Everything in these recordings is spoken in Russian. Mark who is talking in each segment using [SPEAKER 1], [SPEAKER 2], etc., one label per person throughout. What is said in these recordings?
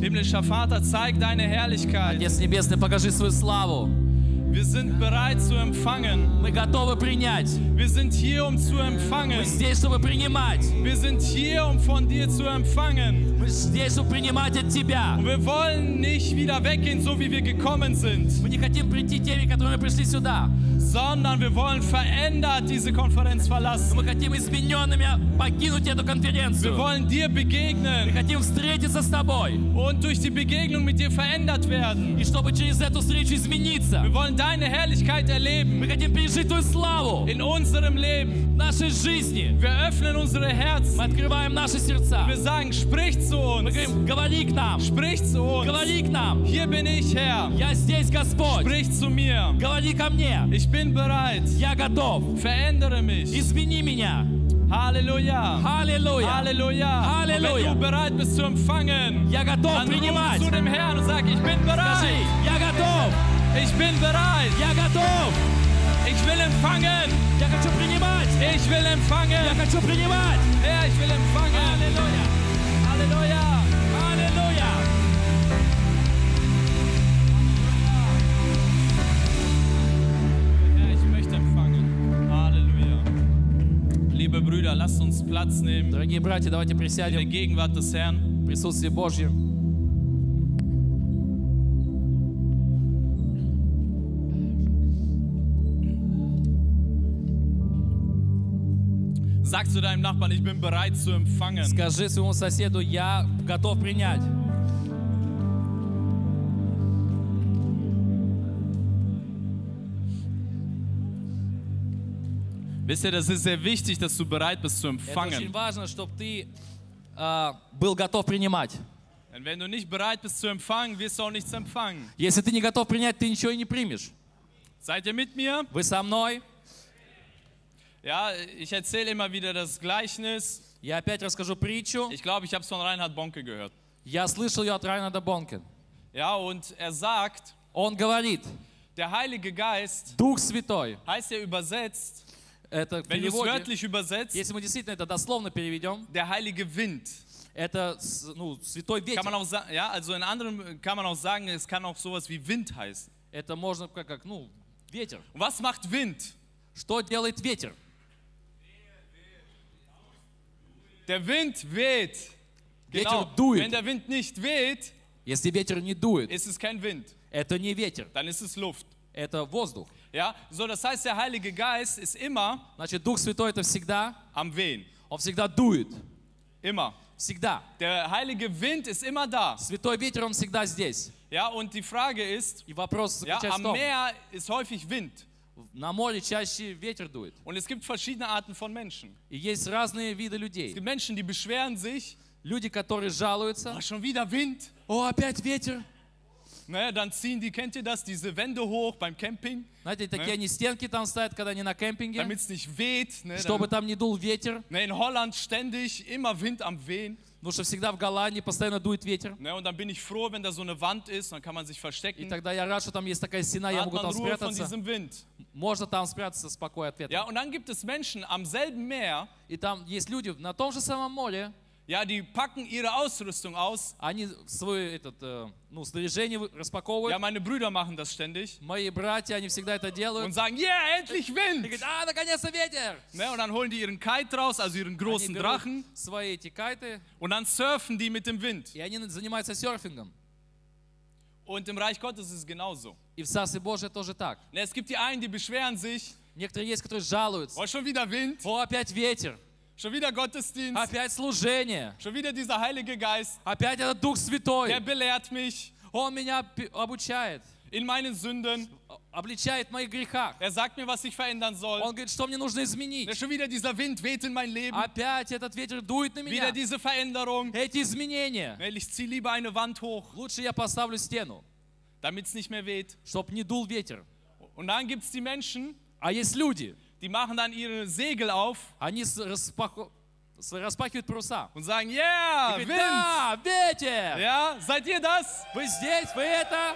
[SPEAKER 1] Himmlischer Vater, zeig deine Herrlichkeit.
[SPEAKER 2] Отец Небесный, покажи свою славу.
[SPEAKER 1] Wir sind bereit zu empfangen.
[SPEAKER 2] Мы готовы принять.
[SPEAKER 1] Wir sind hier, um zu empfangen.
[SPEAKER 2] Мы здесь, чтобы принимать.
[SPEAKER 1] Wir sind hier, um von dir zu empfangen.
[SPEAKER 2] Мы здесь, чтобы принимать от Тебя.
[SPEAKER 1] Und wir wollen nicht wieder weggehen, so wie wir gekommen sind,
[SPEAKER 2] Мы не хотим прийти теми, которые пришли сюда.
[SPEAKER 1] sondern wir wollen verändert diese Konferenz verlassen.
[SPEAKER 2] Мы хотим измененными покинуть эту
[SPEAKER 1] Wir
[SPEAKER 2] конференцию.
[SPEAKER 1] wollen dir
[SPEAKER 2] Мы
[SPEAKER 1] begegnen
[SPEAKER 2] хотим встретиться с Тобой.
[SPEAKER 1] und durch die Begegnung mit dir verändert werden.
[SPEAKER 2] И чтобы через эту встречу измениться.
[SPEAKER 1] Wir wollen deine Herrlichkeit
[SPEAKER 2] Мы
[SPEAKER 1] erleben
[SPEAKER 2] хотим пережить Твою славу
[SPEAKER 1] in unserem Leben.
[SPEAKER 2] в нашей жизни.
[SPEAKER 1] Wir öffnen unsere
[SPEAKER 2] Мы
[SPEAKER 1] Herzen.
[SPEAKER 2] открываем наши сердца.
[SPEAKER 1] Wir sagen, sprich zu
[SPEAKER 2] Мы
[SPEAKER 1] uns.
[SPEAKER 2] говорим, говори к нам.
[SPEAKER 1] Sprich zu uns.
[SPEAKER 2] Говори к нам.
[SPEAKER 1] Hier bin ich, Herr.
[SPEAKER 2] Я здесь, Господь.
[SPEAKER 1] Sprich zu mir.
[SPEAKER 2] Говори ко мне.
[SPEAKER 1] Ich bin bereit.
[SPEAKER 2] Я готов.
[SPEAKER 1] Verändere mich.
[SPEAKER 2] Измени меня.
[SPEAKER 1] Halleluja.
[SPEAKER 2] Аллилуйя.
[SPEAKER 1] Halleluja.
[SPEAKER 2] Halleluja.
[SPEAKER 1] Wenn du bereit bist zu empfangen,
[SPEAKER 2] Я
[SPEAKER 1] dann
[SPEAKER 2] готов
[SPEAKER 1] rufe
[SPEAKER 2] принимать.
[SPEAKER 1] zu dem Herrn und sag, ich bin
[SPEAKER 2] Скажи,
[SPEAKER 1] bereit.
[SPEAKER 2] я готов.
[SPEAKER 1] Ich bin bereit.
[SPEAKER 2] Я готов.
[SPEAKER 1] Ich will empfangen.
[SPEAKER 2] Я хочу принимать.
[SPEAKER 1] Ich will
[SPEAKER 2] Я
[SPEAKER 1] empfangen.
[SPEAKER 2] хочу принимать.
[SPEAKER 1] Herr, ich will empfangen.
[SPEAKER 2] Аллилуйя.
[SPEAKER 1] Halleluja.
[SPEAKER 2] Аллилуйя.
[SPEAKER 1] Herr, ich möchte empfangen. Halleluja. Liebe Brüder, lasst uns Platz nehmen
[SPEAKER 2] Дорогие братья, давайте
[SPEAKER 1] in der
[SPEAKER 2] присядем
[SPEAKER 1] Gegenwart des Herrn.
[SPEAKER 2] в присутствии Божьем.
[SPEAKER 1] Sag zu deinem Nachbarn, ich bin bereit zu empfangen.
[SPEAKER 2] Скажи своему соседу, я готов принять.
[SPEAKER 1] Wisst ihr, das ist sehr wichtig, dass du bereit bist zu
[SPEAKER 2] Это очень
[SPEAKER 1] empfangen.
[SPEAKER 2] важно, чтобы ты а, был готов принимать.
[SPEAKER 1] Denn wenn du nicht bereit bist zu empfangen, wirst du auch nichts empfangen.
[SPEAKER 2] Если ты не готов принять, ты ничего и не примешь.
[SPEAKER 1] Seid ihr mit mir?
[SPEAKER 2] Вы со мной?
[SPEAKER 1] Ja, ich erzähle immer wieder das Gleichnis.
[SPEAKER 2] Я опять расскажу притчу.
[SPEAKER 1] Ich glaube, ich habe es von Reinhard Bonke gehört.
[SPEAKER 2] Я слышал ее от Райана Бонкин.
[SPEAKER 1] Ja, und er sagt,
[SPEAKER 2] Он говорит,
[SPEAKER 1] der Heilige Geist
[SPEAKER 2] Дух Святой,
[SPEAKER 1] heißt ja übersetzt,
[SPEAKER 2] это в
[SPEAKER 1] wenn du es
[SPEAKER 2] переводе,
[SPEAKER 1] wörtlich übersetzt,
[SPEAKER 2] если мы действительно это дословно переведем,
[SPEAKER 1] der Heilige Wind.
[SPEAKER 2] это с- ну, Святой
[SPEAKER 1] Kann man
[SPEAKER 2] Ветер.
[SPEAKER 1] auch sagen, ja, also in anderen kann man auch sagen, es kann auch sowas wie Wind heißen.
[SPEAKER 2] Это можно как, как, ну, ветер.
[SPEAKER 1] Und was macht Wind?
[SPEAKER 2] Что делает ветер?
[SPEAKER 1] Der Wind weht. Genau.
[SPEAKER 2] Ветер
[SPEAKER 1] Wenn
[SPEAKER 2] дует.
[SPEAKER 1] der Wind nicht weht,
[SPEAKER 2] Если ветер не дует,
[SPEAKER 1] ist es kein Wind,
[SPEAKER 2] это не ветер,
[SPEAKER 1] dann ist es Luft.
[SPEAKER 2] это воздух.
[SPEAKER 1] Ja, so das heißt, der Heilige Geist ist immer
[SPEAKER 2] Значит, Дух Святой это всегда,
[SPEAKER 1] am Wehen.
[SPEAKER 2] он всегда дует.
[SPEAKER 1] Immer.
[SPEAKER 2] Всегда.
[SPEAKER 1] Der heilige Wind ist immer da.
[SPEAKER 2] Святой ветер, он всегда здесь.
[SPEAKER 1] Ja, und die Frage ist,
[SPEAKER 2] И вопрос
[SPEAKER 1] ja,
[SPEAKER 2] заключается
[SPEAKER 1] am
[SPEAKER 2] в том,
[SPEAKER 1] Meer ist häufig Wind.
[SPEAKER 2] на море чаще ветер дует.
[SPEAKER 1] Und es gibt verschiedene Arten von Menschen.
[SPEAKER 2] И есть разные виды
[SPEAKER 1] Es
[SPEAKER 2] людей.
[SPEAKER 1] gibt Menschen, die beschweren sich,
[SPEAKER 2] Люди, которые жалуются.
[SPEAKER 1] oh, schon wieder Wind.
[SPEAKER 2] О, опять ветер.
[SPEAKER 1] Ne, dann ziehen die, kennt ihr das, diese Wände hoch beim Camping,
[SPEAKER 2] Знаете, такие они стенки там ставят, когда они на кемпинге,
[SPEAKER 1] damit es nicht weht. Ne,
[SPEAKER 2] чтобы
[SPEAKER 1] dann,
[SPEAKER 2] там не дул ветер.
[SPEAKER 1] ne, in Holland ständig immer Wind am Wehen.
[SPEAKER 2] Потому что всегда в Голландии постоянно дует ветер.
[SPEAKER 1] Ne, und dann bin ich froh, wenn da so eine Wand ist, dann kann man sich
[SPEAKER 2] И
[SPEAKER 1] verstecken. Dann
[SPEAKER 2] тогда я рад, что там есть такая стена, я
[SPEAKER 1] hat
[SPEAKER 2] могу
[SPEAKER 1] man
[SPEAKER 2] там
[SPEAKER 1] Ruhe von
[SPEAKER 2] спрятаться.
[SPEAKER 1] diesem Wind.
[SPEAKER 2] Можно там спрятаться спокойно от ветра.
[SPEAKER 1] Ja, und dann gibt es Menschen am selben Meer,
[SPEAKER 2] И там есть люди на том же самом море,
[SPEAKER 1] Ja, die packen ihre Ausrüstung aus.
[SPEAKER 2] они свое этот, э, ну, снаряжение вы-
[SPEAKER 1] Ja,
[SPEAKER 2] распаковывают.
[SPEAKER 1] meine Brüder machen das ständig
[SPEAKER 2] Мои братья, они всегда это
[SPEAKER 1] und
[SPEAKER 2] делают.
[SPEAKER 1] sagen, yeah, endlich
[SPEAKER 2] И
[SPEAKER 1] Wind.
[SPEAKER 2] говорят, а, наконец-то ветер!
[SPEAKER 1] Ne, und dann holen die ihren Kite raus, also ihren
[SPEAKER 2] Они
[SPEAKER 1] großen
[SPEAKER 2] берут
[SPEAKER 1] Drachen,
[SPEAKER 2] свои эти кайты,
[SPEAKER 1] und dann surfen die mit dem Wind.
[SPEAKER 2] и они на- занимаются серфингом.
[SPEAKER 1] Und im Reich Gottes ist es genauso.
[SPEAKER 2] И в Царстве Божьем тоже так.
[SPEAKER 1] Ne, es gibt die einen, die beschweren sich,
[SPEAKER 2] Некоторые есть, которые жалуются.
[SPEAKER 1] oh, schon wieder Wind,
[SPEAKER 2] О, опять ветер,
[SPEAKER 1] schon wieder Gottesdienst,
[SPEAKER 2] опять служение,
[SPEAKER 1] schon wieder dieser Heilige Geist,
[SPEAKER 2] опять этот Дух
[SPEAKER 1] der
[SPEAKER 2] Святой.
[SPEAKER 1] belehrt mich
[SPEAKER 2] Он меня пи- обучает,
[SPEAKER 1] in meinen Sünden.
[SPEAKER 2] о- обличает в моих грехах.
[SPEAKER 1] Er sagt mir, was ich verändern
[SPEAKER 2] Он
[SPEAKER 1] soll.
[SPEAKER 2] говорит, что мне нужно
[SPEAKER 1] Ne,
[SPEAKER 2] изменить.
[SPEAKER 1] schon wieder dieser Wind weht in mein Leben,
[SPEAKER 2] Опять этот ветер дует на
[SPEAKER 1] wieder
[SPEAKER 2] меня.
[SPEAKER 1] diese Veränderung.
[SPEAKER 2] Эти изменения.
[SPEAKER 1] Ne, ich ziehe lieber eine Wand hoch,
[SPEAKER 2] Лучше я поставлю стену,
[SPEAKER 1] damit es nicht mehr weht.
[SPEAKER 2] чтоб не дул ветер.
[SPEAKER 1] Und dann gibt es die Menschen,
[SPEAKER 2] А есть люди,
[SPEAKER 1] die machen dann ihre Segel auf
[SPEAKER 2] они с- распаху- с- распахивают паруса.
[SPEAKER 1] und sagen, yeah,
[SPEAKER 2] Говорят,
[SPEAKER 1] Wind.
[SPEAKER 2] да, ветер!
[SPEAKER 1] Ja, seid ihr das?
[SPEAKER 2] Вы здесь, вы это!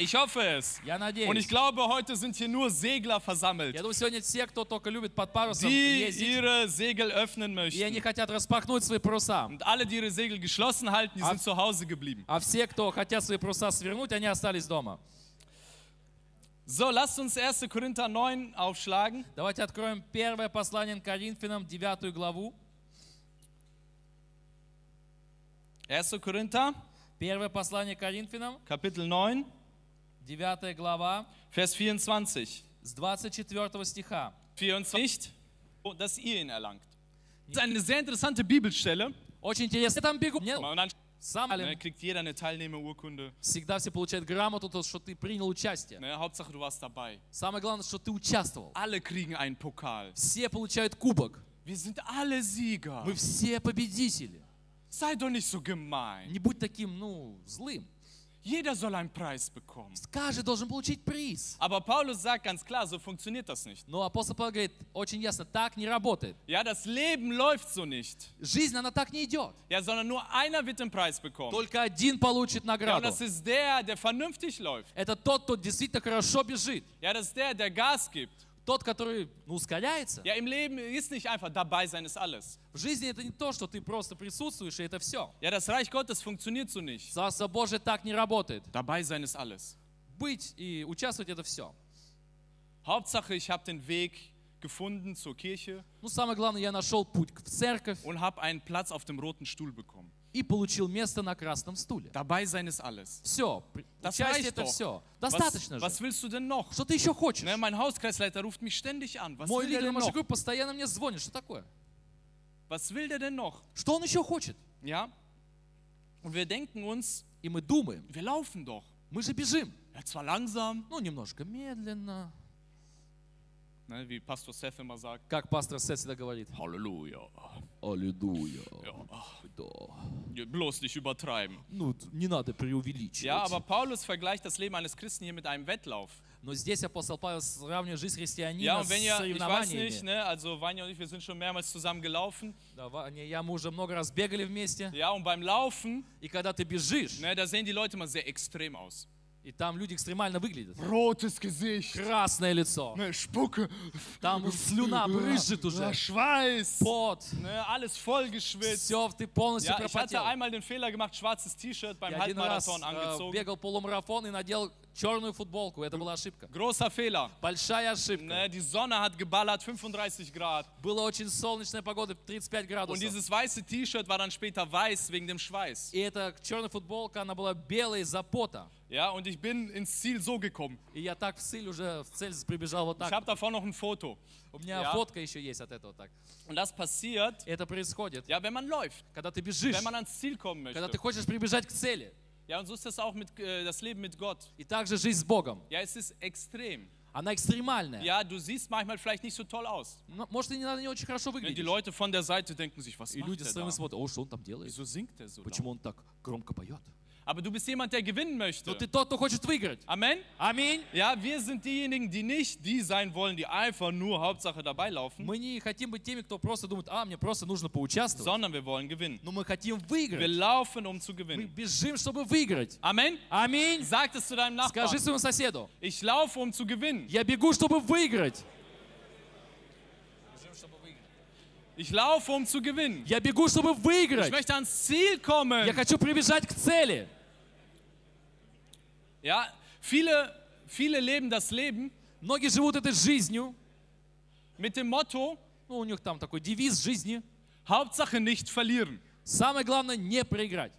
[SPEAKER 1] Ich hoffe es.
[SPEAKER 2] Я надеюсь.
[SPEAKER 1] Und ich glaube, heute sind hier nur Segler versammelt,
[SPEAKER 2] Я думаю, сегодня все, кто только любит под парусом
[SPEAKER 1] die
[SPEAKER 2] ездить,
[SPEAKER 1] ihre Segel öffnen
[SPEAKER 2] и они
[SPEAKER 1] möchten.
[SPEAKER 2] хотят распахнуть свои паруса.
[SPEAKER 1] Und alle, die ihre Segel geschlossen halten, die
[SPEAKER 2] Ab-
[SPEAKER 1] sind zu Hause geblieben.
[SPEAKER 2] А все, кто хотят свои паруса свернуть, они остались дома.
[SPEAKER 1] So, lasst uns 1. Korinther 9 aufschlagen.
[SPEAKER 2] Давайте откроем первое послание к Коринфянам, девятую главу.
[SPEAKER 1] 1. Korinther,
[SPEAKER 2] Первое послание к Коринфянам,
[SPEAKER 1] Kapitel 9,
[SPEAKER 2] 9 глава,
[SPEAKER 1] Vers 24.
[SPEAKER 2] с 24 стиха.
[SPEAKER 1] 24 nicht, oh, dass ihr ihn erlangt. Das ist eine sehr interessante Bibelstelle.
[SPEAKER 2] Очень интересно. Я там бегу. Мне
[SPEAKER 1] Und dann
[SPEAKER 2] сам
[SPEAKER 1] ne, kriegt jeder eine Teilnehmerurkunde.
[SPEAKER 2] всегда все получают грамоту, то, что ты принял участие.
[SPEAKER 1] Ne, Hauptsache, du warst dabei.
[SPEAKER 2] Самое главное, что ты участвовал.
[SPEAKER 1] Alle kriegen einen Pokal.
[SPEAKER 2] Все получают кубок.
[SPEAKER 1] Wir sind alle Sieger.
[SPEAKER 2] Мы все победители.
[SPEAKER 1] Sei doch nicht so gemein.
[SPEAKER 2] Не будь таким, ну, злым.
[SPEAKER 1] Jeder soll einen Preis bekommen.
[SPEAKER 2] Каждый должен получить приз.
[SPEAKER 1] Aber Paulus sagt ganz klar, so funktioniert das nicht.
[SPEAKER 2] Но апостол Павел говорит, очень ясно, так не работает.
[SPEAKER 1] Ja, das Leben läuft so nicht.
[SPEAKER 2] Жизнь, она так не идет.
[SPEAKER 1] Ja, sondern nur einer wird den Preis bekommen.
[SPEAKER 2] Только один получит
[SPEAKER 1] Ja, und
[SPEAKER 2] награду.
[SPEAKER 1] das ist der, der vernünftig läuft.
[SPEAKER 2] Это тот, кто действительно хорошо бежит.
[SPEAKER 1] Ja, das ist der, der Gas gibt.
[SPEAKER 2] Тот, который ну, ускоряется.
[SPEAKER 1] Ja, im Leben ist nicht einfach dabei sein ist alles.
[SPEAKER 2] В жизни это не то, что ты просто присутствуешь, и это все.
[SPEAKER 1] Ja, das Reich Gottes funktioniert so nicht.
[SPEAKER 2] Царство Божие так не работает.
[SPEAKER 1] Dabei sein ist alles.
[SPEAKER 2] Быть и участвовать это все.
[SPEAKER 1] Hauptsache, ich habe den Weg gefunden zur Kirche
[SPEAKER 2] Ну, самое главное, я нашел путь к- в церковь
[SPEAKER 1] und habe einen Platz auf dem roten Stuhl bekommen.
[SPEAKER 2] и получил место на красном стуле.
[SPEAKER 1] Dabei sein ist alles.
[SPEAKER 2] Все,
[SPEAKER 1] Das
[SPEAKER 2] участие
[SPEAKER 1] reicht
[SPEAKER 2] это
[SPEAKER 1] doch.
[SPEAKER 2] все.
[SPEAKER 1] Was,
[SPEAKER 2] Достаточно
[SPEAKER 1] was
[SPEAKER 2] же.
[SPEAKER 1] willst du denn noch?
[SPEAKER 2] Что ты еще хочешь?
[SPEAKER 1] Ne, mein Hauskreisleiter ruft mich ständig an. Was
[SPEAKER 2] Мой
[SPEAKER 1] will, der
[SPEAKER 2] лидер
[SPEAKER 1] denn
[SPEAKER 2] нашей
[SPEAKER 1] noch?
[SPEAKER 2] группы постоянно мне звонит. Что такое?
[SPEAKER 1] was will der denn noch?
[SPEAKER 2] Что он еще хочет?
[SPEAKER 1] Ja? Und wir denken uns,
[SPEAKER 2] И мы думаем,
[SPEAKER 1] wir laufen doch.
[SPEAKER 2] мы же бежим.
[SPEAKER 1] Ja, zwar langsam,
[SPEAKER 2] Ну, немножко медленно.
[SPEAKER 1] ne, wie Pastor Seth immer sagt.
[SPEAKER 2] Как пастор Сет всегда говорит.
[SPEAKER 1] Halleluja.
[SPEAKER 2] Аллилуйя.
[SPEAKER 1] Ja, Bloß nicht übertreiben.
[SPEAKER 2] Ну, т- не надо преувеличивать.
[SPEAKER 1] Ja, aber Paulus vergleicht das Leben eines Christen hier mit einem Wettlauf.
[SPEAKER 2] Но здесь апостол Павел сравнивает жизнь
[SPEAKER 1] Ja,
[SPEAKER 2] христианина
[SPEAKER 1] und
[SPEAKER 2] с
[SPEAKER 1] wenn ihr, ich weiß nicht,
[SPEAKER 2] соревнованиями.
[SPEAKER 1] ne, also Vanja und ich, wir sind schon mehrmals zusammen gelaufen.
[SPEAKER 2] Да, Ваня, я, мы уже много раз бегали вместе.
[SPEAKER 1] Ja, und beim Laufen,
[SPEAKER 2] И когда ты бежишь,
[SPEAKER 1] ne, da sehen die Leute mal sehr extrem aus.
[SPEAKER 2] и там люди экстремально выглядят.
[SPEAKER 3] Rotes Gesicht,
[SPEAKER 2] Красное лицо.
[SPEAKER 3] ne, Spucke,
[SPEAKER 2] Там слюна брызжет уже.
[SPEAKER 3] Schweiß.
[SPEAKER 2] Пот.
[SPEAKER 1] Ne, alles vollgeschwitzt.
[SPEAKER 2] Все, ты полностью
[SPEAKER 1] Ja, ich hatte
[SPEAKER 2] пропотел.
[SPEAKER 1] einmal den Fehler gemacht, schwarzes T-Shirt beim
[SPEAKER 2] Я один раз
[SPEAKER 1] Halbmarathon
[SPEAKER 2] э,
[SPEAKER 1] angezogen.
[SPEAKER 2] бегал полумарафон и надел черную футболку. Это была ошибка.
[SPEAKER 1] Großer Fehler.
[SPEAKER 2] Большая ошибка.
[SPEAKER 1] Ne, die Sonne hat geballert, 35 Grad.
[SPEAKER 2] Была очень солнечная погода, 35
[SPEAKER 1] Und
[SPEAKER 2] градусов.
[SPEAKER 1] dieses weiße T-Shirt war dann später weiß wegen dem Schweiß.
[SPEAKER 2] И эта черная футболка, она была белой из-за пота.
[SPEAKER 1] Ja, und ich bin ins Ziel so gekommen.
[SPEAKER 2] И я так в цель уже, в цель прибежал вот
[SPEAKER 1] Ich
[SPEAKER 2] так.
[SPEAKER 1] habe davon noch ein Foto.
[SPEAKER 2] У меня
[SPEAKER 1] Я-
[SPEAKER 2] фотка еще есть от этого так.
[SPEAKER 1] Und das passiert,
[SPEAKER 2] Это происходит,
[SPEAKER 1] ja, wenn man läuft,
[SPEAKER 2] когда ты бежишь,
[SPEAKER 1] wenn man ans Ziel kommen
[SPEAKER 2] когда
[SPEAKER 1] möchte.
[SPEAKER 2] ты хочешь прибежать к цели.
[SPEAKER 1] Ja, und so ist das auch mit äh, das Leben mit Gott.
[SPEAKER 2] И также жизнь с Богом.
[SPEAKER 1] Ja, es ist extrem.
[SPEAKER 2] Она экстремальная.
[SPEAKER 1] Ja, du siehst manchmal vielleicht nicht so toll aus.
[SPEAKER 2] Ну, Может, и не надо не очень хорошо
[SPEAKER 1] Wenn die
[SPEAKER 2] выглядеть.
[SPEAKER 1] Leute von der Seite denken sich, was
[SPEAKER 2] И
[SPEAKER 1] macht
[SPEAKER 2] люди
[SPEAKER 1] der
[SPEAKER 2] со стороны
[SPEAKER 1] da?
[SPEAKER 2] смотрят, о, что он там делает?
[SPEAKER 1] Wieso singt der so?
[SPEAKER 2] Почему он так громко поет?
[SPEAKER 1] laut? Aber du bist jemand, der gewinnen möchte.
[SPEAKER 2] Но ты тот, кто хочет выиграть.
[SPEAKER 1] Amen?
[SPEAKER 2] Аминь.
[SPEAKER 1] Ja, wir sind diejenigen, die nicht die sein wollen, die einfach nur Hauptsache dabei laufen,
[SPEAKER 2] Мы не хотим быть теми, кто просто думает, а, мне просто нужно поучаствовать.
[SPEAKER 1] sondern wir wollen gewinnen.
[SPEAKER 2] Но мы хотим
[SPEAKER 1] Wir
[SPEAKER 2] выиграть.
[SPEAKER 1] laufen, um zu
[SPEAKER 2] Мы
[SPEAKER 1] gewinnen.
[SPEAKER 2] бежим, чтобы выиграть.
[SPEAKER 1] Amen?
[SPEAKER 2] Аминь.
[SPEAKER 1] Sag es zu deinem
[SPEAKER 2] Скажи
[SPEAKER 1] Nachbarn.
[SPEAKER 2] своему соседу,
[SPEAKER 1] Ich laufe, um zu gewinnen.
[SPEAKER 2] я бегу, чтобы выиграть.
[SPEAKER 1] Ich laufe, um zu gewinnen.
[SPEAKER 2] Я бегу, чтобы
[SPEAKER 1] Ich
[SPEAKER 2] выиграть.
[SPEAKER 1] möchte ans Ziel
[SPEAKER 2] Я
[SPEAKER 1] kommen.
[SPEAKER 2] хочу прибежать к цели.
[SPEAKER 1] Ja, viele, viele leben das Leben
[SPEAKER 2] Многие живут этой жизнью.
[SPEAKER 1] mit dem Motto,
[SPEAKER 2] Ну, у них там такой девиз жизни.
[SPEAKER 1] Hauptsache nicht verlieren.
[SPEAKER 2] Самое главное не проиграть.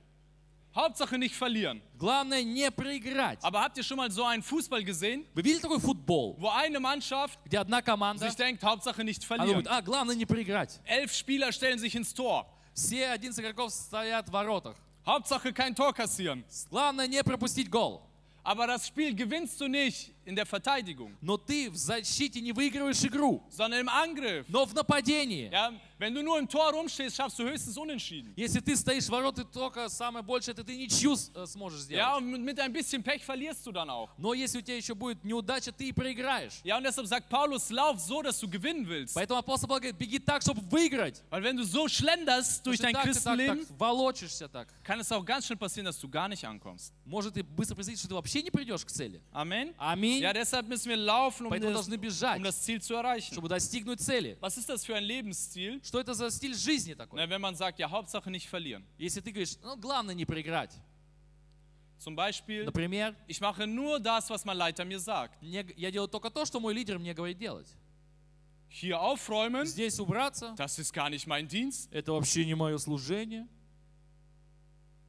[SPEAKER 1] Hauptsache nicht verlieren.
[SPEAKER 2] Главное не проиграть.
[SPEAKER 1] Aber habt ihr schon mal so einen Fußball gesehen,
[SPEAKER 2] Вы видели такой футбол,
[SPEAKER 1] wo eine Mannschaft
[SPEAKER 2] где одна команда,
[SPEAKER 1] sich denkt, Hauptsache nicht
[SPEAKER 2] она
[SPEAKER 1] verlieren?
[SPEAKER 2] думает, а, главное не проиграть.
[SPEAKER 1] Elf Spieler stellen sich ins Tor.
[SPEAKER 2] Все 11 игроков стоят в воротах.
[SPEAKER 1] Hauptsache kein Tor kassieren.
[SPEAKER 2] Главное не пропустить гол.
[SPEAKER 1] Aber das Spiel gewinnst du nicht, in der Verteidigung,
[SPEAKER 2] но ты в защите не выигрываешь игру,
[SPEAKER 1] sondern im Angriff.
[SPEAKER 2] но в нападении.
[SPEAKER 1] Ja, wenn du nur im Tor rumstehst, schaffst du höchstens Unentschieden.
[SPEAKER 2] Если ты стоишь в ворот, ты только самое большее, это ты ничью с- э, сможешь
[SPEAKER 1] Ja,
[SPEAKER 2] сделать.
[SPEAKER 1] und mit- mit ein bisschen Pech verlierst du dann auch.
[SPEAKER 2] Но если у тебя еще будет неудача, ты и проиграешь.
[SPEAKER 1] Ja, und deshalb sagt Paulus, lauf so, dass du gewinnen willst.
[SPEAKER 2] Поэтому апостол Павел говорит, беги так, чтобы выиграть.
[SPEAKER 1] Weil wenn du so schlenderst durch dein
[SPEAKER 2] Потому что так, ты так,
[SPEAKER 1] Christenleben,
[SPEAKER 2] так, волочишься так.
[SPEAKER 1] kann es auch ganz schnell passieren, dass du gar nicht ankommst.
[SPEAKER 2] Может, ты быстро представить, что ты вообще не придешь к цели.
[SPEAKER 1] Amen?
[SPEAKER 2] Аминь.
[SPEAKER 1] Ja, deshalb müssen wir laufen, um
[SPEAKER 2] Поэтому
[SPEAKER 1] das,
[SPEAKER 2] должны бежать.
[SPEAKER 1] um das Ziel zu erreichen.
[SPEAKER 2] Чтобы достигнуть цели.
[SPEAKER 1] Was ist das für ein Lebensstil?
[SPEAKER 2] Что это за стиль жизни такой?
[SPEAKER 1] Na, wenn man sagt, ja, Hauptsache nicht verlieren.
[SPEAKER 2] Если ты говоришь, ну, главное не проиграть.
[SPEAKER 1] Zum Beispiel,
[SPEAKER 2] Например,
[SPEAKER 1] ich mache nur das, was mein Leiter mir sagt.
[SPEAKER 2] мне г- я делаю только то, что мой лидер мне говорит делать.
[SPEAKER 1] Hier aufräumen,
[SPEAKER 2] Здесь убраться.
[SPEAKER 1] das ist gar nicht mein Dienst.
[SPEAKER 2] Это вообще не мое служение.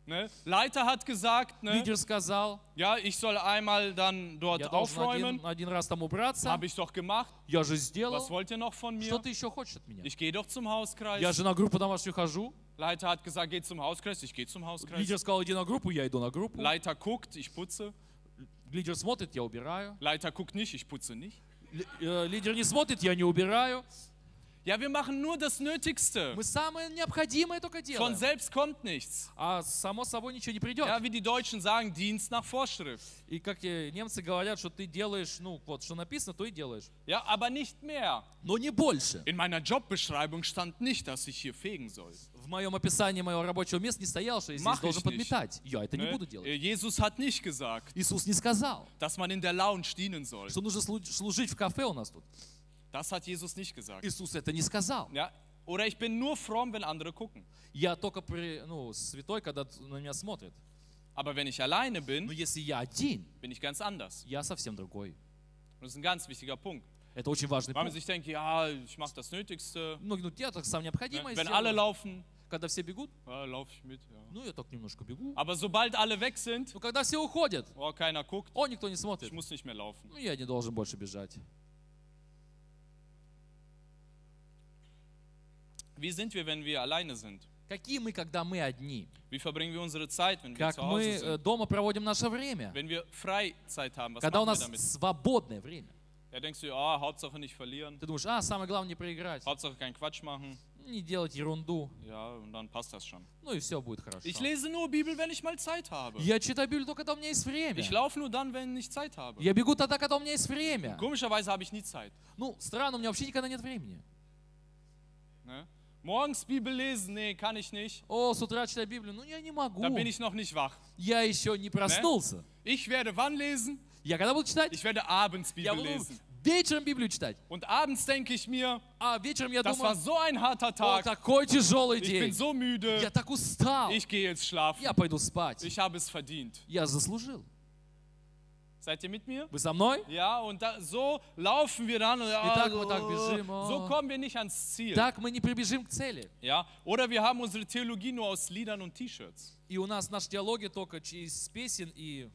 [SPEAKER 1] Ne? Leiter hat gesagt, ne?
[SPEAKER 2] Лидер сказал,
[SPEAKER 1] ja, ich soll einmal dann dort
[SPEAKER 2] я должен
[SPEAKER 1] aufräumen.
[SPEAKER 2] один, один раз там убраться.
[SPEAKER 1] Habe ich doch gemacht.
[SPEAKER 2] Я же сделал.
[SPEAKER 1] Was wollt ihr noch von
[SPEAKER 2] Что
[SPEAKER 1] mir?
[SPEAKER 2] ты еще хочешь от меня?
[SPEAKER 1] Ich gehe doch zum
[SPEAKER 2] Я
[SPEAKER 1] Hauskreis.
[SPEAKER 2] же на группу домашнюю хожу.
[SPEAKER 1] Leiter hat gesagt, geh zum Hauskreis. Ich gehe zum Hauskreis.
[SPEAKER 2] Лидер сказал, иди на группу, я иду на группу.
[SPEAKER 1] Leiter guckt, ich putze.
[SPEAKER 2] Лидер смотрит, я убираю.
[SPEAKER 1] Leiter guckt nicht, ich putze nicht.
[SPEAKER 2] Ли- э, лидер не смотрит, я не убираю.
[SPEAKER 1] Ja, wir machen nur das Nötigste.
[SPEAKER 2] Мы самое необходимое только
[SPEAKER 1] Von
[SPEAKER 2] делаем.
[SPEAKER 1] selbst kommt nichts.
[SPEAKER 2] А само собой ничего не придет.
[SPEAKER 1] Ja, wie die Deutschen sagen, Dienst nach Vorschrift.
[SPEAKER 2] И как э, немцы говорят, что ты делаешь, ну вот, что написано, то и делаешь.
[SPEAKER 1] Ja, aber nicht mehr.
[SPEAKER 2] Но не больше.
[SPEAKER 1] In meiner Jobbeschreibung stand nicht, dass ich hier fegen soll.
[SPEAKER 2] В моем описании моего рабочего места не стояло, что я здесь
[SPEAKER 1] Махаешь
[SPEAKER 2] должен
[SPEAKER 1] ты
[SPEAKER 2] подметать. Я это не
[SPEAKER 1] Ne?
[SPEAKER 2] буду делать.
[SPEAKER 1] Jesus hat nicht gesagt,
[SPEAKER 2] Иисус не сказал,
[SPEAKER 1] dass man in der Lounge dienen soll.
[SPEAKER 2] что нужно слу- служить в кафе у нас тут.
[SPEAKER 1] Das hat Jesus nicht gesagt.
[SPEAKER 2] Иисус это не сказал.
[SPEAKER 1] Ja, oder ich bin nur fromm, wenn andere gucken.
[SPEAKER 2] Я только при- ну, святой, когда т- на меня смотрят.
[SPEAKER 1] Aber wenn ich alleine
[SPEAKER 2] Но
[SPEAKER 1] bin,
[SPEAKER 2] если я один,
[SPEAKER 1] bin ich ganz anders.
[SPEAKER 2] я совсем другой.
[SPEAKER 1] Und das ist ein ganz wichtiger Punkt.
[SPEAKER 2] Это очень важный
[SPEAKER 1] Weil man
[SPEAKER 2] пункт.
[SPEAKER 1] sich denkt, ja, ich mache das Nötigste.
[SPEAKER 2] Ну, ну, я так сам
[SPEAKER 1] Ne?
[SPEAKER 2] необходимое
[SPEAKER 1] Э, Wenn alle
[SPEAKER 2] сделаю.
[SPEAKER 1] laufen,
[SPEAKER 2] Когда все бегут,
[SPEAKER 1] ja, laufe ich mit. Ja.
[SPEAKER 2] ну, я так немножко бегу.
[SPEAKER 1] Aber sobald alle weg sind,
[SPEAKER 2] Но когда все уходят,
[SPEAKER 1] oh, keiner guckt,
[SPEAKER 2] о, никто не
[SPEAKER 1] ich
[SPEAKER 2] смотрит.
[SPEAKER 1] muss nicht mehr laufen.
[SPEAKER 2] Ну, я не должен больше бежать.
[SPEAKER 1] Wie sind wir, wenn wir alleine sind?
[SPEAKER 2] Какие мы, когда мы одни?
[SPEAKER 1] Wie verbringen wir unsere Zeit, wenn wir
[SPEAKER 2] Как
[SPEAKER 1] zu
[SPEAKER 2] мы
[SPEAKER 1] Hause
[SPEAKER 2] э,
[SPEAKER 1] sind?
[SPEAKER 2] дома проводим наше время?
[SPEAKER 1] Wenn wir Freizeit haben, was
[SPEAKER 2] Когда у
[SPEAKER 1] machen wir damit?
[SPEAKER 2] нас свободное время.
[SPEAKER 1] Da denkst du, ah, Hauptsache nicht verlieren,
[SPEAKER 2] Ты думаешь, а, самое главное не проиграть,
[SPEAKER 1] Hauptsache keinen Quatsch machen.
[SPEAKER 2] не делать ерунду,
[SPEAKER 1] Ja, und dann passt das schon.
[SPEAKER 2] ну и все будет хорошо.
[SPEAKER 1] Ich lese nur Bibel, wenn ich mal Zeit habe.
[SPEAKER 2] Я читаю Библию только когда у меня есть время.
[SPEAKER 1] Ich laufe nur dann, wenn ich Zeit habe.
[SPEAKER 2] Я бегу тогда, когда у меня есть время.
[SPEAKER 1] Komischerweise habe ich nie Zeit.
[SPEAKER 2] Ну, странно, у меня вообще никогда нет времени.
[SPEAKER 1] Ne? Morgens Bibel lesen, nee, kann ich nicht.
[SPEAKER 2] О, с утра читаю Библию, ну я не могу.
[SPEAKER 1] Da bin ich noch nicht wach.
[SPEAKER 2] Я еще не проснулся.
[SPEAKER 1] Ich werde wann lesen?
[SPEAKER 2] Я когда буду читать?
[SPEAKER 1] Ich werde abends
[SPEAKER 2] Я
[SPEAKER 1] Bibel
[SPEAKER 2] буду
[SPEAKER 1] lesen.
[SPEAKER 2] вечером Библию читать.
[SPEAKER 1] Und abends denke ich mir,
[SPEAKER 2] А вечером я
[SPEAKER 1] das war
[SPEAKER 2] думаю,
[SPEAKER 1] so ein harter
[SPEAKER 2] о,
[SPEAKER 1] Tag.
[SPEAKER 2] такой тяжелый
[SPEAKER 1] Ich bin
[SPEAKER 2] день.
[SPEAKER 1] so
[SPEAKER 2] Я
[SPEAKER 1] müde.
[SPEAKER 2] так устал.
[SPEAKER 1] Ich gehe jetzt schlafen.
[SPEAKER 2] Я пойду спать.
[SPEAKER 1] Ich habe es verdient.
[SPEAKER 2] Я заслужил.
[SPEAKER 1] Seid ihr mit mir?
[SPEAKER 2] Вы со мной?
[SPEAKER 1] Ja, und da, so laufen wir dann. Und,
[SPEAKER 2] так вот так бежим,
[SPEAKER 1] oh,
[SPEAKER 2] а.
[SPEAKER 1] so kommen wir nicht ans Ziel.
[SPEAKER 2] Так мы не прибежим к цели.
[SPEAKER 1] Ja? Oder wir haben unsere Theologie nur aus Liedern und T-Shirts.
[SPEAKER 2] И у нас наша теология только через песен и,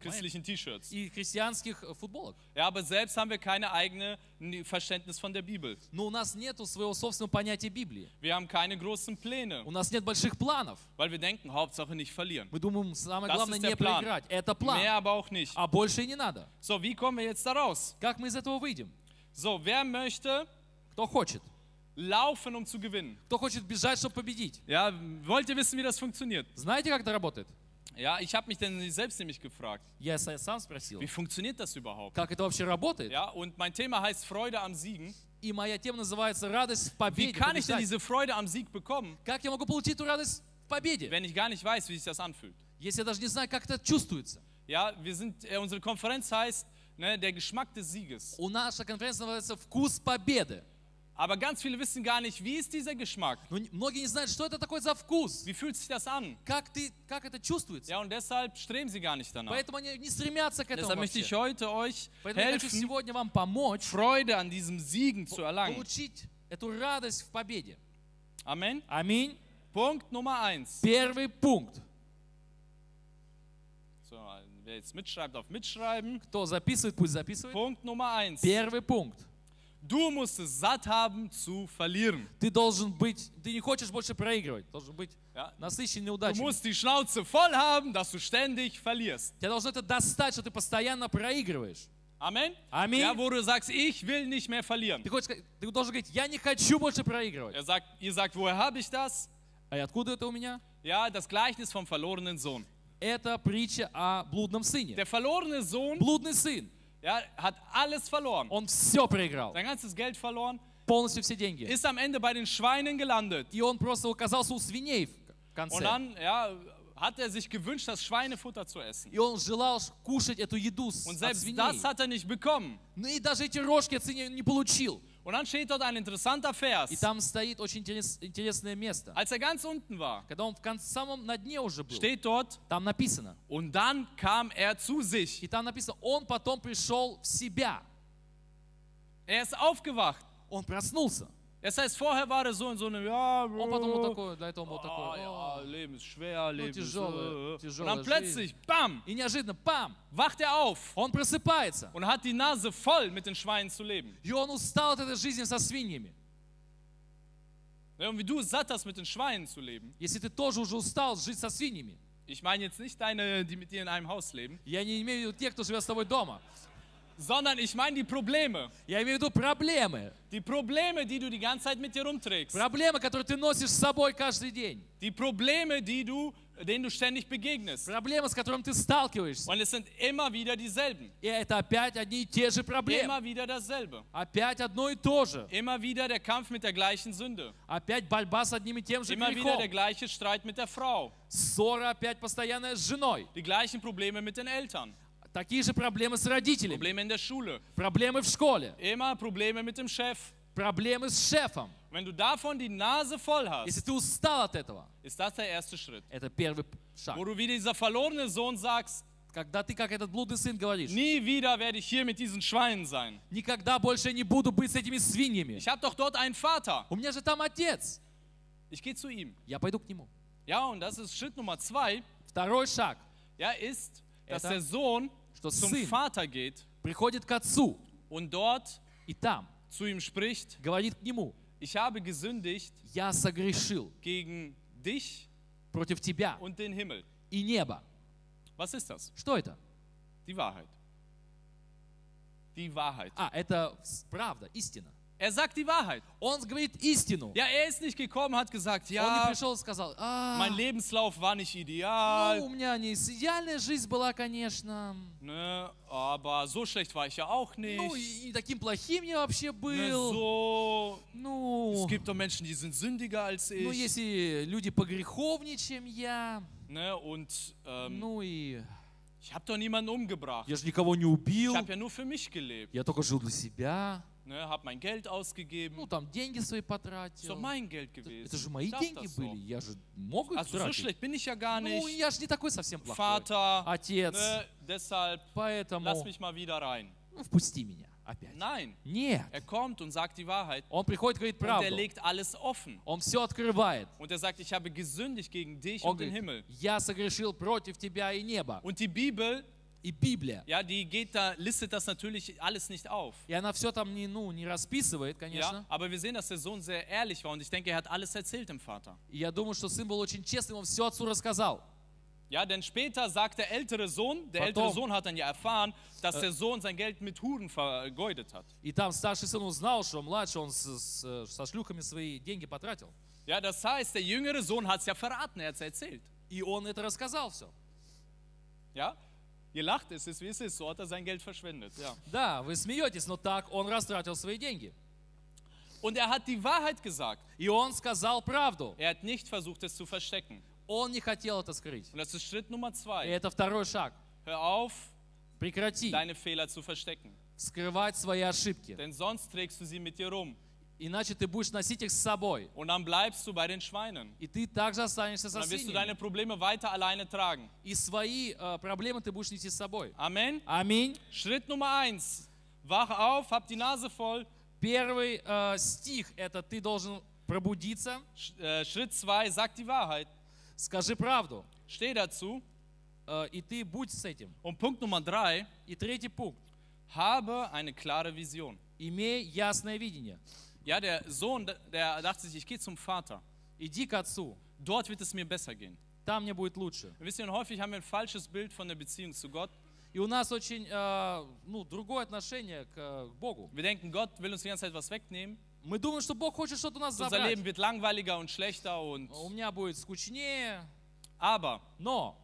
[SPEAKER 1] Christlichen T-Shirts.
[SPEAKER 2] и христианских э, футболок.
[SPEAKER 1] Ja, aber selbst haben wir keine eigene n- Verständnis von der Bibel.
[SPEAKER 2] Но у нас нет своего собственного понятия Библии.
[SPEAKER 1] Wir haben keine großen Pläne,
[SPEAKER 2] У нас нет больших планов.
[SPEAKER 1] weil wir denken, Hauptsache nicht verlieren.
[SPEAKER 2] Мы думаем, самое
[SPEAKER 1] Das
[SPEAKER 2] главное
[SPEAKER 1] ist der
[SPEAKER 2] не
[SPEAKER 1] Plan.
[SPEAKER 2] проиграть. Это
[SPEAKER 1] Mehr
[SPEAKER 2] план.
[SPEAKER 1] aber auch nicht.
[SPEAKER 2] А больше и не надо.
[SPEAKER 1] So, wie kommen wir jetzt da raus?
[SPEAKER 2] Как мы из этого выйдем?
[SPEAKER 1] So, wer möchte
[SPEAKER 2] Кто хочет?
[SPEAKER 1] laufen, um zu gewinnen?
[SPEAKER 2] Кто хочет бежать, чтобы победить?
[SPEAKER 1] Ja, wollt ihr wissen, wie das funktioniert?
[SPEAKER 2] Знаете, как это работает?
[SPEAKER 1] Ja, ich habe mich dann selbst nämlich gefragt,
[SPEAKER 2] Я с- сам спросил.
[SPEAKER 1] wie funktioniert das überhaupt?
[SPEAKER 2] Как это вообще работает?
[SPEAKER 1] Ja, und mein Thema heißt Freude am Siegen.
[SPEAKER 2] И моя тема называется «Радость в
[SPEAKER 1] Wie
[SPEAKER 2] победе».
[SPEAKER 1] kann ich denn
[SPEAKER 2] побеждать».
[SPEAKER 1] diese Freude am Sieg bekommen,
[SPEAKER 2] Как я могу получить эту радость в победе,
[SPEAKER 1] wenn ich gar nicht weiß, wie sich das anfühlt?
[SPEAKER 2] если я даже не знаю, как это чувствуется?
[SPEAKER 1] Ja, wir sind, äh, unsere Konferenz heißt ne, der Geschmack des Sieges.
[SPEAKER 2] У наша конференция называется «Вкус победы».
[SPEAKER 1] Aber ganz viele wissen gar nicht, wie ist dieser Geschmack?
[SPEAKER 2] Но не- многие не знают, что это такое за вкус.
[SPEAKER 1] Wie fühlt sich das an?
[SPEAKER 2] Как, ты, как это чувствуется.
[SPEAKER 1] Ja, und deshalb streben sie gar nicht danach.
[SPEAKER 2] Поэтому они не стремятся к этому
[SPEAKER 1] Deshalb möchte ich
[SPEAKER 2] вообще.
[SPEAKER 1] heute euch
[SPEAKER 2] Поэтому я хочу
[SPEAKER 1] helfen,
[SPEAKER 2] сегодня вам помочь
[SPEAKER 1] Freude an diesem Siegen zu erlangen.
[SPEAKER 2] получить эту радость в победе.
[SPEAKER 1] Amen.
[SPEAKER 2] Аминь.
[SPEAKER 1] Punkt Nummer eins.
[SPEAKER 2] Первый пунkt.
[SPEAKER 1] So, wer jetzt mitschreibt, auf Mitschreiben.
[SPEAKER 2] Кто записывает, пусть записывает.
[SPEAKER 1] Punkt Nummer eins.
[SPEAKER 2] Первый пунkt.
[SPEAKER 1] Du musst es satt haben zu verlieren.
[SPEAKER 2] Ты должен быть, ты не хочешь больше проигрывать. Должен быть
[SPEAKER 1] Ja?
[SPEAKER 2] насыщен
[SPEAKER 1] Du
[SPEAKER 2] неудачами.
[SPEAKER 1] musst die Schnauze voll haben, dass du ständig verlierst.
[SPEAKER 2] Тебя должно это достать, что ты постоянно проигрываешь.
[SPEAKER 1] Amen?
[SPEAKER 2] Amen.
[SPEAKER 1] Ja, wo du sagst, ich will nicht mehr verlieren.
[SPEAKER 2] Ты, хочешь, сказать- ты должен говорить, я не хочу больше проигрывать.
[SPEAKER 1] Er sagt, ihr sagt, woher habe ich das?
[SPEAKER 2] А откуда это у меня?
[SPEAKER 1] Ja, das Gleichnis vom verlorenen Sohn.
[SPEAKER 2] Это притча о блудном сыне.
[SPEAKER 1] Der verlorene Sohn
[SPEAKER 2] Блудный сын,
[SPEAKER 1] ja, hat alles verloren.
[SPEAKER 2] он все проиграл,
[SPEAKER 1] Sein ganzes Geld verloren.
[SPEAKER 2] полностью все деньги.
[SPEAKER 1] Ist am Ende bei den Schweinen gelandet.
[SPEAKER 2] И он просто оказался у свиней в
[SPEAKER 1] Und
[SPEAKER 2] конце.
[SPEAKER 1] dann ja, hat er sich gewünscht, das Schweinefutter zu essen.
[SPEAKER 2] И он желал ш- кушать эту еду с-
[SPEAKER 1] Und
[SPEAKER 2] от
[SPEAKER 1] selbst
[SPEAKER 2] свиней.
[SPEAKER 1] das hat er nicht bekommen.
[SPEAKER 2] Ну и даже эти рожки от свиней он не получил.
[SPEAKER 1] Und dann steht dort ein interessanter
[SPEAKER 2] И
[SPEAKER 1] Vers.
[SPEAKER 2] там стоит очень интерес- интересное место.
[SPEAKER 1] Als er ganz unten war,
[SPEAKER 2] Когда он в кон- самом на дне уже был,
[SPEAKER 1] steht dort,
[SPEAKER 2] там написано.
[SPEAKER 1] und dann kam er zu sich.
[SPEAKER 2] И там написано, он потом пришел в себя.
[SPEAKER 1] Er ist aufgewacht.
[SPEAKER 2] Он проснулся.
[SPEAKER 1] Das heißt, vorher war er so in so einem, ja,
[SPEAKER 2] Он потом вот такой, до этого он был
[SPEAKER 1] ah,
[SPEAKER 2] такой.
[SPEAKER 1] ja,
[SPEAKER 2] «О».
[SPEAKER 1] Leben ist schwer, Leben ist
[SPEAKER 2] тяжелая-
[SPEAKER 1] äh, äh. Und
[SPEAKER 2] тяжелая
[SPEAKER 1] dann plötzlich, bam,
[SPEAKER 2] И неожиданно, пам,
[SPEAKER 1] wacht er auf
[SPEAKER 2] он просыпается.
[SPEAKER 1] und hat die Nase voll, mit den Schweinen zu leben.
[SPEAKER 2] И он устал от этой жизни со свиньями.
[SPEAKER 1] Ja, Und wie du es satt hast, mit den Schweinen zu leben.
[SPEAKER 2] Если ты тоже уже устал жить со свиньями,
[SPEAKER 1] Ich meine jetzt nicht deine, die mit dir in einem Haus leben,
[SPEAKER 2] я не имею в виду тех, кто живет с тобой дома.
[SPEAKER 1] sondern ich meine die Probleme.
[SPEAKER 2] Я имею в виду проблемы.
[SPEAKER 1] Die Probleme, die du die ganze Zeit mit dir rumträgst.
[SPEAKER 2] Проблемы, которые ты носишь с собой каждый день.
[SPEAKER 1] Die Probleme, die du, denen du ständig begegnest.
[SPEAKER 2] Проблемы, с которыми ты сталкиваешься.
[SPEAKER 1] Und es sind immer wieder dieselben.
[SPEAKER 2] И это опять одни и те же проблемы.
[SPEAKER 1] Immer wieder dasselbe.
[SPEAKER 2] Опять одно и то же.
[SPEAKER 1] Immer wieder der Kampf mit der gleichen Sünde.
[SPEAKER 2] Опять борьба с одним и тем же
[SPEAKER 1] Immer wieder der
[SPEAKER 2] грехом.
[SPEAKER 1] gleiche Streit mit der Frau.
[SPEAKER 2] Ссора опять постоянная с женой.
[SPEAKER 1] Die gleichen Probleme mit den Eltern.
[SPEAKER 2] Такие же проблемы с родителями.
[SPEAKER 1] Probleme in der Schule.
[SPEAKER 2] Проблемы в школе.
[SPEAKER 1] Immer Probleme mit dem Chef.
[SPEAKER 2] Проблемы с шефом.
[SPEAKER 1] Wenn du davon die Nase voll hast,
[SPEAKER 2] Если ты устал от этого,
[SPEAKER 1] ist das der erste Schritt.
[SPEAKER 2] это первый шаг.
[SPEAKER 1] Wo du wie dieser verlorene Sohn sagst,
[SPEAKER 2] Когда ты, как этот блудный сын, говоришь,
[SPEAKER 1] nie wieder werde ich hier mit diesen Schweinen sein.
[SPEAKER 2] никогда больше не буду быть с этими свиньями.
[SPEAKER 1] Ich habe doch dort einen Vater.
[SPEAKER 2] У меня же там отец.
[SPEAKER 1] Ich gehe zu ihm.
[SPEAKER 2] Я пойду к нему.
[SPEAKER 1] Ja, und das ist Schritt Nummer zwei.
[SPEAKER 2] Второй шаг.
[SPEAKER 1] Ja, ist, dass
[SPEAKER 2] Eta-
[SPEAKER 1] der Sohn
[SPEAKER 2] Что
[SPEAKER 1] zum
[SPEAKER 2] сын
[SPEAKER 1] Vater geht
[SPEAKER 2] приходит к отцу
[SPEAKER 1] und dort
[SPEAKER 2] и там
[SPEAKER 1] zu ihm spricht,
[SPEAKER 2] говорит к нему,
[SPEAKER 1] ich habe gesündigt
[SPEAKER 2] я согрешил
[SPEAKER 1] gegen dich
[SPEAKER 2] против тебя
[SPEAKER 1] und den Himmel.
[SPEAKER 2] и неба.
[SPEAKER 1] Was ist das?
[SPEAKER 2] Что это?
[SPEAKER 1] Die Wahrheit. Die Wahrheit.
[SPEAKER 2] А, это с- правда, истина.
[SPEAKER 1] Er sagt die Wahrheit.
[SPEAKER 2] Он говорит истину.
[SPEAKER 1] Ja, er ist nicht gekommen, hat gesagt,
[SPEAKER 2] Он не
[SPEAKER 1] ja,
[SPEAKER 2] пришел и сказал, а,
[SPEAKER 1] mein Lebenslauf war nicht
[SPEAKER 2] ну, у
[SPEAKER 1] ideal,
[SPEAKER 2] меня не с- идеальная жизнь была, конечно.
[SPEAKER 1] ne, aber so schlecht war ich ja auch
[SPEAKER 2] Ну,
[SPEAKER 1] nicht.
[SPEAKER 2] и, и таким плохим я
[SPEAKER 1] Ne,
[SPEAKER 2] вообще был.
[SPEAKER 1] so, es
[SPEAKER 2] Ну,
[SPEAKER 1] gibt doch Menschen, die sind sündiger als
[SPEAKER 2] ну,
[SPEAKER 1] ich.
[SPEAKER 2] есть и люди погреховнее, чем я.
[SPEAKER 1] Ne, und ähm,
[SPEAKER 2] Ну и...
[SPEAKER 1] ich habe doch niemanden umgebracht.
[SPEAKER 2] Я же никого не убил.
[SPEAKER 1] Ich habe ja nur für mich gelebt,
[SPEAKER 2] Я только жил для себя.
[SPEAKER 1] ne? habe mein Geld
[SPEAKER 2] Ну,
[SPEAKER 1] ausgegeben.
[SPEAKER 2] там деньги свои
[SPEAKER 1] Ist doch
[SPEAKER 2] потратил.
[SPEAKER 1] mein Geld
[SPEAKER 2] Это,
[SPEAKER 1] gewesen.
[SPEAKER 2] это же мои
[SPEAKER 1] Darf
[SPEAKER 2] деньги
[SPEAKER 1] das
[SPEAKER 2] были.
[SPEAKER 1] doch.
[SPEAKER 2] Я же мог их
[SPEAKER 1] Also so
[SPEAKER 2] тратить.
[SPEAKER 1] schlecht bin ich ja gar
[SPEAKER 2] ну,
[SPEAKER 1] nicht.
[SPEAKER 2] я же не такой совсем плохой.
[SPEAKER 1] Vater,
[SPEAKER 2] Отец,
[SPEAKER 1] ne? deshalb
[SPEAKER 2] поэтому
[SPEAKER 1] lass mich mal wieder rein.
[SPEAKER 2] ну, впусти меня опять.
[SPEAKER 1] Nein,
[SPEAKER 2] Нет.
[SPEAKER 1] er kommt und sagt die Wahrheit.
[SPEAKER 2] Э, Он приходит и говорит
[SPEAKER 1] Und er
[SPEAKER 2] правду.
[SPEAKER 1] legt alles offen.
[SPEAKER 2] Он все открывает.
[SPEAKER 1] Und er sagt, ich habe gesündigt gegen dich
[SPEAKER 2] Он
[SPEAKER 1] und den Himmel.
[SPEAKER 2] говорит, я согрешил против тебя и неба,
[SPEAKER 1] Und die Bibel,
[SPEAKER 2] и Библия.
[SPEAKER 1] ja, die geht da, listet das natürlich alles nicht auf.
[SPEAKER 2] И она все там не, ну, не расписывает,
[SPEAKER 1] Ja,
[SPEAKER 2] конечно.
[SPEAKER 1] aber wir sehen, dass der Sohn sehr ehrlich war und ich denke, er hat alles erzählt dem Vater.
[SPEAKER 2] И я думаю, что сын был очень честным, он все отцу рассказал.
[SPEAKER 1] Ja, denn später sagt der ältere Sohn, der
[SPEAKER 2] Pardon.
[SPEAKER 1] ältere Sohn hat dann ja erfahren, dass der Sohn sein Geld mit Huren vergeudet hat.
[SPEAKER 2] И там старший сын узнал, что младший, он с- с, э, со шлюхами свои деньги потратил.
[SPEAKER 1] Ja, das heißt, der jüngere Sohn hat es ja verraten, er hat es erzählt.
[SPEAKER 2] И он это рассказал все.
[SPEAKER 1] Ja, ihr lacht, es ist wie es ist, so hat er sein Geld verschwendet. Ja.
[SPEAKER 2] Да, вы смеетесь, но так он растратил свои деньги.
[SPEAKER 1] Und er hat die Wahrheit gesagt.
[SPEAKER 2] И он сказал правду.
[SPEAKER 1] Er hat nicht versucht, es zu verstecken.
[SPEAKER 2] Он не хотел это скрыть.
[SPEAKER 1] Und das ist Schritt Nummer
[SPEAKER 2] И
[SPEAKER 1] zwei.
[SPEAKER 2] это второй шаг.
[SPEAKER 1] Hör auf,
[SPEAKER 2] Прекрати
[SPEAKER 1] deine Fehler zu verstecken,
[SPEAKER 2] скрывать свои ошибки.
[SPEAKER 1] denn sonst trägst du sie mit dir rum
[SPEAKER 2] Иначе ты будешь носить их с собой.
[SPEAKER 1] und dann bleibst du bei den Schweinen.
[SPEAKER 2] И ты также останешься
[SPEAKER 1] Und
[SPEAKER 2] со
[SPEAKER 1] dann wirst du
[SPEAKER 2] свиньями.
[SPEAKER 1] deine Probleme weiter alleine tragen.
[SPEAKER 2] И свои э, проблемы ты будешь нести с собой.
[SPEAKER 1] Amen.
[SPEAKER 2] Аминь.
[SPEAKER 1] Schritt Nummer eins. Wach auf, hab die Nase voll.
[SPEAKER 2] Первый э, стих это ты должен пробудиться,
[SPEAKER 1] Sch äh, Schritt zwei, sag die Wahrheit.
[SPEAKER 2] скажи правду,
[SPEAKER 1] Steh dazu.
[SPEAKER 2] э, и ты будь с этим.
[SPEAKER 1] Und Punkt Nummer drei,
[SPEAKER 2] И третий пункт.
[SPEAKER 1] habe eine klare Vision.
[SPEAKER 2] Имей ясное видение.
[SPEAKER 1] Ja, der Sohn, der dachte sich, ich gehe zum Vater.
[SPEAKER 2] Иди к отцу,
[SPEAKER 1] Dort wird es mir besser gehen.
[SPEAKER 2] там мне будет лучше.
[SPEAKER 1] Und wisst ihr, und häufig haben wir ein falsches Bild von der Beziehung zu Gott.
[SPEAKER 2] И у нас очень, э, ну, другое отношение к, э, к Богу.
[SPEAKER 1] Wir denken, Gott will uns die ganze Zeit was wegnehmen.
[SPEAKER 2] Мы думаем, что Бог хочет что-то у нас
[SPEAKER 1] Unser
[SPEAKER 2] забрать.
[SPEAKER 1] Leben wird langweiliger und schlechter. Und,
[SPEAKER 2] У меня будет скучнее,
[SPEAKER 1] aber
[SPEAKER 2] но,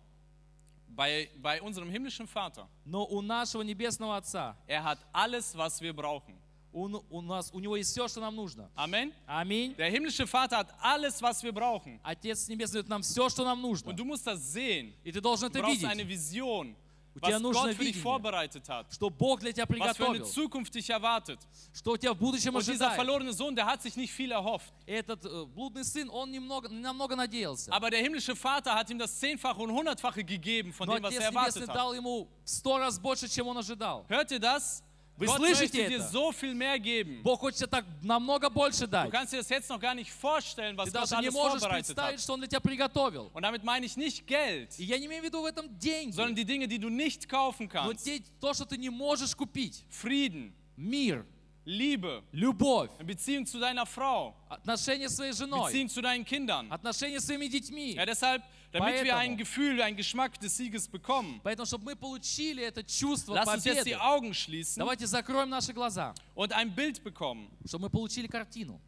[SPEAKER 1] bei, bei unserem himmlischen Vater,
[SPEAKER 2] но у нашего небесного Отца,
[SPEAKER 1] er hat alles, was wir brauchen.
[SPEAKER 2] он- у нас, у него есть все, что нам нужно.
[SPEAKER 1] Amen.
[SPEAKER 2] Аминь.
[SPEAKER 1] Der himmlische Vater hat alles, was wir brauchen.
[SPEAKER 2] Отец Небесный дает нам все, что нам нужно.
[SPEAKER 1] Und du musst das sehen.
[SPEAKER 2] И ты должен
[SPEAKER 1] Du
[SPEAKER 2] это
[SPEAKER 1] brauchst eine
[SPEAKER 2] видеть,
[SPEAKER 1] Vision,
[SPEAKER 2] тебя
[SPEAKER 1] was
[SPEAKER 2] нужно
[SPEAKER 1] Gott für dich
[SPEAKER 2] видение.
[SPEAKER 1] vorbereitet hat.
[SPEAKER 2] что Бог для тебя
[SPEAKER 1] Was für eine
[SPEAKER 2] приготовил,
[SPEAKER 1] Zukunft dich erwartet.
[SPEAKER 2] что у тебя в будущем
[SPEAKER 1] Und dieser
[SPEAKER 2] ожидает.
[SPEAKER 1] verlorene Sohn, der hat sich nicht viel erhofft.
[SPEAKER 2] Этот э, блудный сын, он немного, намного надеялся.
[SPEAKER 1] Aber der himmlische Vater hat ihm das Zehnfache und Hundertfache gegeben von
[SPEAKER 2] Но
[SPEAKER 1] dem, was
[SPEAKER 2] Отец
[SPEAKER 1] er
[SPEAKER 2] Небесный
[SPEAKER 1] erwartet hat.
[SPEAKER 2] дал ему в сто раз больше, чем он ожидал.
[SPEAKER 1] Hört ihr das?
[SPEAKER 2] Вы
[SPEAKER 1] Gott
[SPEAKER 2] слышите
[SPEAKER 1] möchte dir
[SPEAKER 2] это?
[SPEAKER 1] so viel mehr geben.
[SPEAKER 2] Бог хочет тебе так намного больше
[SPEAKER 1] Du
[SPEAKER 2] дать.
[SPEAKER 1] kannst dir das jetzt noch gar nicht vorstellen,
[SPEAKER 2] Ты
[SPEAKER 1] was Gott
[SPEAKER 2] даже не
[SPEAKER 1] alles
[SPEAKER 2] можешь
[SPEAKER 1] vorbereitet hat.
[SPEAKER 2] представить, что он для тебя приготовил.
[SPEAKER 1] Und damit meine ich nicht Geld,
[SPEAKER 2] И я не имею в виду в этом
[SPEAKER 1] sondern
[SPEAKER 2] деньги,
[SPEAKER 1] die Dinge, die du nicht kaufen
[SPEAKER 2] но
[SPEAKER 1] kannst.
[SPEAKER 2] те, то, что ты не можешь купить.
[SPEAKER 1] Frieden,
[SPEAKER 2] Мир,
[SPEAKER 1] Liebe,
[SPEAKER 2] любовь,
[SPEAKER 1] eine Beziehung zu deiner Frau,
[SPEAKER 2] отношения с своей женой,
[SPEAKER 1] Beziehung zu deinen Kindern.
[SPEAKER 2] отношения с своими детьми.
[SPEAKER 1] Ja, deshalb, damit wir
[SPEAKER 2] Поэтому-
[SPEAKER 1] ein Gefühl, einen Geschmack des Sieges bekommen,
[SPEAKER 2] Поэтому, чтобы мы получили это чувство
[SPEAKER 1] lass uns jetzt
[SPEAKER 2] победы,
[SPEAKER 1] die Augen schließen
[SPEAKER 2] давайте закроем наши глаза,
[SPEAKER 1] und ein Bild bekommen.
[SPEAKER 2] чтобы мы получили картину.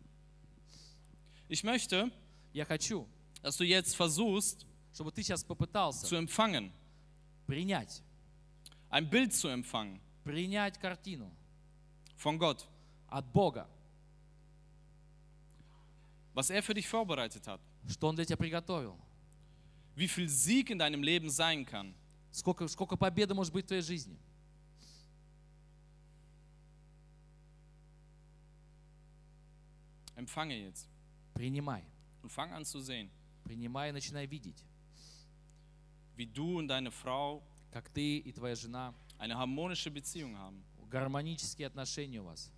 [SPEAKER 1] Ich möchte,
[SPEAKER 2] Я хочу,
[SPEAKER 1] dass du jetzt versuchst,
[SPEAKER 2] чтобы ты сейчас
[SPEAKER 1] zu
[SPEAKER 2] попытался
[SPEAKER 1] empfangen,
[SPEAKER 2] принять,
[SPEAKER 1] ein Bild zu empfangen
[SPEAKER 2] принять картину
[SPEAKER 1] von Gott,
[SPEAKER 2] от Бога,
[SPEAKER 1] was er für dich vorbereitet hat,
[SPEAKER 2] что Он для тебя приготовил.
[SPEAKER 1] wie viel Sieg in deinem Leben sein kann.
[SPEAKER 2] Сколько, сколько победы может быть в твоей жизни.
[SPEAKER 1] Empfange jetzt
[SPEAKER 2] Принимай.
[SPEAKER 1] und fang an zu sehen,
[SPEAKER 2] Принимай и начинай видеть,
[SPEAKER 1] wie du und deine Frau
[SPEAKER 2] как ты и твоя жена,
[SPEAKER 1] eine harmonische Beziehung haben,
[SPEAKER 2] гармонические отношения у вас,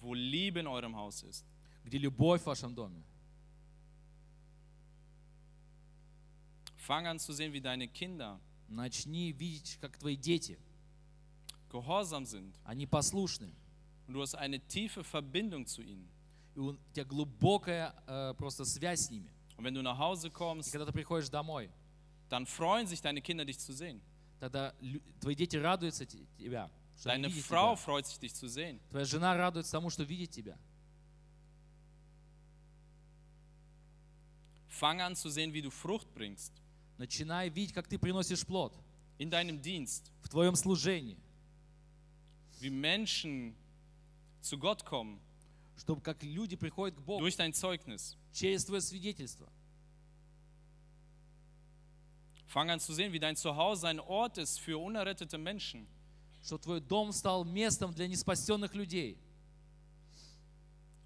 [SPEAKER 1] wo Liebe in eurem Haus ist.
[SPEAKER 2] где любовь в вашем доме.
[SPEAKER 1] Fang an zu sehen, wie deine Kinder
[SPEAKER 2] Начни видеть, как твои дети,
[SPEAKER 1] gehorsam sind
[SPEAKER 2] они послушны.
[SPEAKER 1] und du hast eine tiefe Verbindung zu ihnen.
[SPEAKER 2] И у тебя глубокая э, просто связь с ними.
[SPEAKER 1] Und wenn du nach Hause
[SPEAKER 2] И
[SPEAKER 1] kommst,
[SPEAKER 2] когда ты приходишь домой,
[SPEAKER 1] dann freuen sich deine Kinder, dich zu sehen.
[SPEAKER 2] тогда лю- твои дети радуются те- тебя, что они
[SPEAKER 1] Deine
[SPEAKER 2] видят
[SPEAKER 1] Frau
[SPEAKER 2] тебя.
[SPEAKER 1] freut sich, dich zu sehen.
[SPEAKER 2] Твоя жена радуется тому, что видит тебя.
[SPEAKER 1] Fang an zu sehen, wie du Frucht bringst
[SPEAKER 2] Начинай видеть, как ты приносишь плод
[SPEAKER 1] in deinem Dienst,
[SPEAKER 2] в твоем служении,
[SPEAKER 1] wie Menschen zu Gott kommen
[SPEAKER 2] чтобы как люди приходят к Богу
[SPEAKER 1] durch dein Zeugnis.
[SPEAKER 2] через твое свидетельство.
[SPEAKER 1] Fang an zu sehen, wie dein Zuhause ein Ort ist für unerrettete Menschen.
[SPEAKER 2] что твой дом стал местом для неспасенных людей,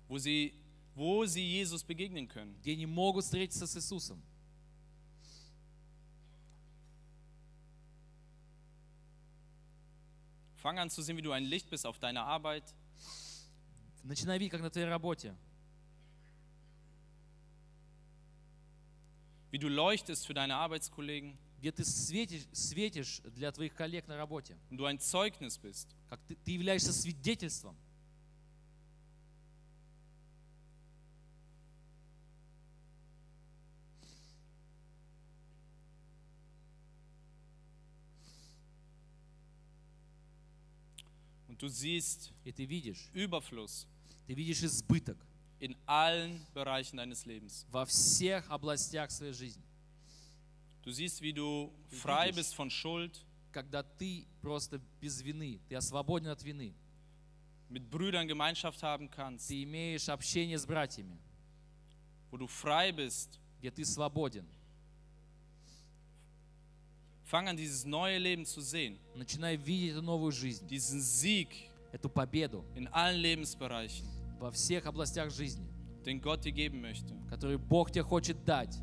[SPEAKER 1] wo sie, wo sie Jesus begegnen können.
[SPEAKER 2] где не могут встретиться с Иисусом.
[SPEAKER 1] Fang an zu sehen, wie du ein Licht bist auf deiner Arbeit.
[SPEAKER 2] Начинай видеть, как на твоей работе,
[SPEAKER 1] wie du leuchtest für deine Arbeitskollegen
[SPEAKER 2] где ты светишь, светишь для твоих коллег на работе,
[SPEAKER 1] und du ein Zeugnis bist.
[SPEAKER 2] как ты, ты являешься свидетельством.
[SPEAKER 1] Und du siehst
[SPEAKER 2] И ты видишь,
[SPEAKER 1] Überfluss
[SPEAKER 2] ты видишь избыток
[SPEAKER 1] in allen Bereichen deines Lebens.
[SPEAKER 2] во всех областях своей жизни,
[SPEAKER 1] Du siehst, wie du frei
[SPEAKER 2] Jüdisch.
[SPEAKER 1] bist von Schuld,
[SPEAKER 2] когда ты просто без вины, ты освободен от вины,
[SPEAKER 1] mit Brüdern Gemeinschaft haben kannst,
[SPEAKER 2] ты имеешь общение с братьями,
[SPEAKER 1] wo du frei bist.
[SPEAKER 2] где ты свободен.
[SPEAKER 1] Fang an, dieses neue Leben zu sehen,
[SPEAKER 2] Начинай видеть эту новую жизнь,
[SPEAKER 1] diesen Sieg
[SPEAKER 2] эту победу
[SPEAKER 1] in allen Lebensbereichen,
[SPEAKER 2] во всех областях жизни,
[SPEAKER 1] den Gott dir geben möchte.
[SPEAKER 2] которую Бог тебе хочет дать.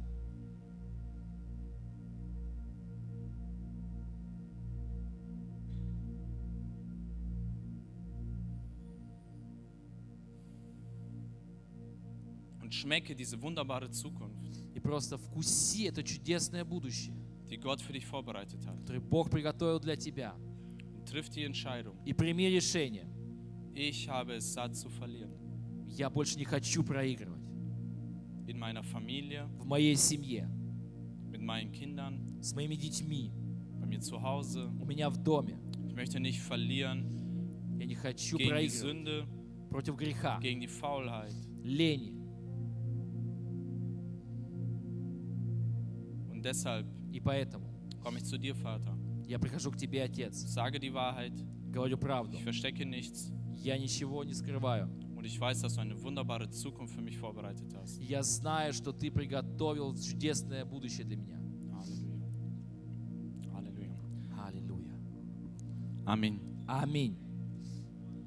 [SPEAKER 1] Und schmecke diese wunderbare Zukunft,
[SPEAKER 2] И просто вкуси это чудесное будущее,
[SPEAKER 1] die Gott für dich vorbereitet hat.
[SPEAKER 2] которое Бог приготовил для тебя.
[SPEAKER 1] Und triff die Entscheidung.
[SPEAKER 2] И прими решение.
[SPEAKER 1] Ich habe es satt zu verlieren.
[SPEAKER 2] Я больше не хочу проигрывать
[SPEAKER 1] In meiner Familie,
[SPEAKER 2] в моей семье,
[SPEAKER 1] mit meinen Kindern,
[SPEAKER 2] с моими детьми,
[SPEAKER 1] bei mir zu Hause.
[SPEAKER 2] у меня в доме.
[SPEAKER 1] Ich möchte nicht verlieren
[SPEAKER 2] Я не хочу
[SPEAKER 1] gegen die
[SPEAKER 2] проигрывать
[SPEAKER 1] Sünde,
[SPEAKER 2] против греха,
[SPEAKER 1] gegen die Faulheit.
[SPEAKER 2] лени.
[SPEAKER 1] Und deshalb
[SPEAKER 2] И поэтому
[SPEAKER 1] komme ich zu dir, Vater.
[SPEAKER 2] я прихожу к Тебе,
[SPEAKER 1] Ich
[SPEAKER 2] Отец,
[SPEAKER 1] sage die Wahrheit,
[SPEAKER 2] говорю правду.
[SPEAKER 1] ich verstecke nichts
[SPEAKER 2] Я ничего не скрываю.
[SPEAKER 1] und ich weiß, dass du eine wunderbare Zukunft für mich vorbereitet hast.
[SPEAKER 2] Я знаю, что Ты приготовил чудесное будущее для меня.
[SPEAKER 1] Halleluja. Halleluja.
[SPEAKER 2] Аллилуйя.
[SPEAKER 1] Amen.
[SPEAKER 2] Аминь.